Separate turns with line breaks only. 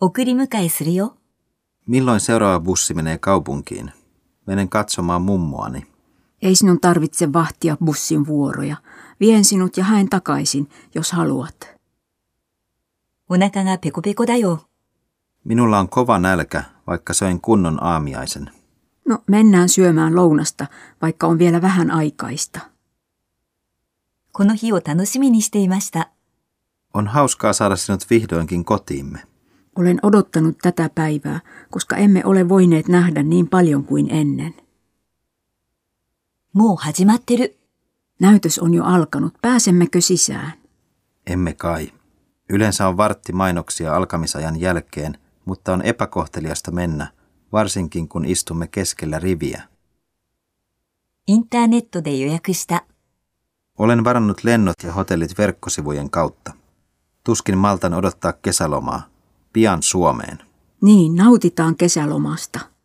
送り迎えするよ。
Milloin seuraava bussi menee kaupunkiin? Menen katsomaan mummoani.
Ei sinun tarvitse vahtia bussin vuoroja. Vien sinut ja haen takaisin, jos haluat.
お腹がペコペコだよ。
Minulla on kova nälkä, vaikka söin kunnon aamiaisen.
No, mennään syömään lounasta, vaikka on vielä vähän aikaista.
この日を楽しみにしていました。
On hauskaa saada sinut vihdoinkin kotiimme.
Olen odottanut tätä päivää, koska emme ole voineet nähdä niin paljon kuin ennen.
もう始まってる。
Näytös on jo alkanut. Pääsemmekö sisään?
Emme kai. Yleensä on vartti mainoksia alkamisajan jälkeen, mutta on epäkohteliasta mennä, varsinkin kun istumme keskellä riviä.
インターネットで予約した。
Olen varannut lennot ja hotellit verkkosivujen kautta. Tuskin maltan odottaa kesälomaa. Pian Suomeen.
Niin, nautitaan kesälomasta.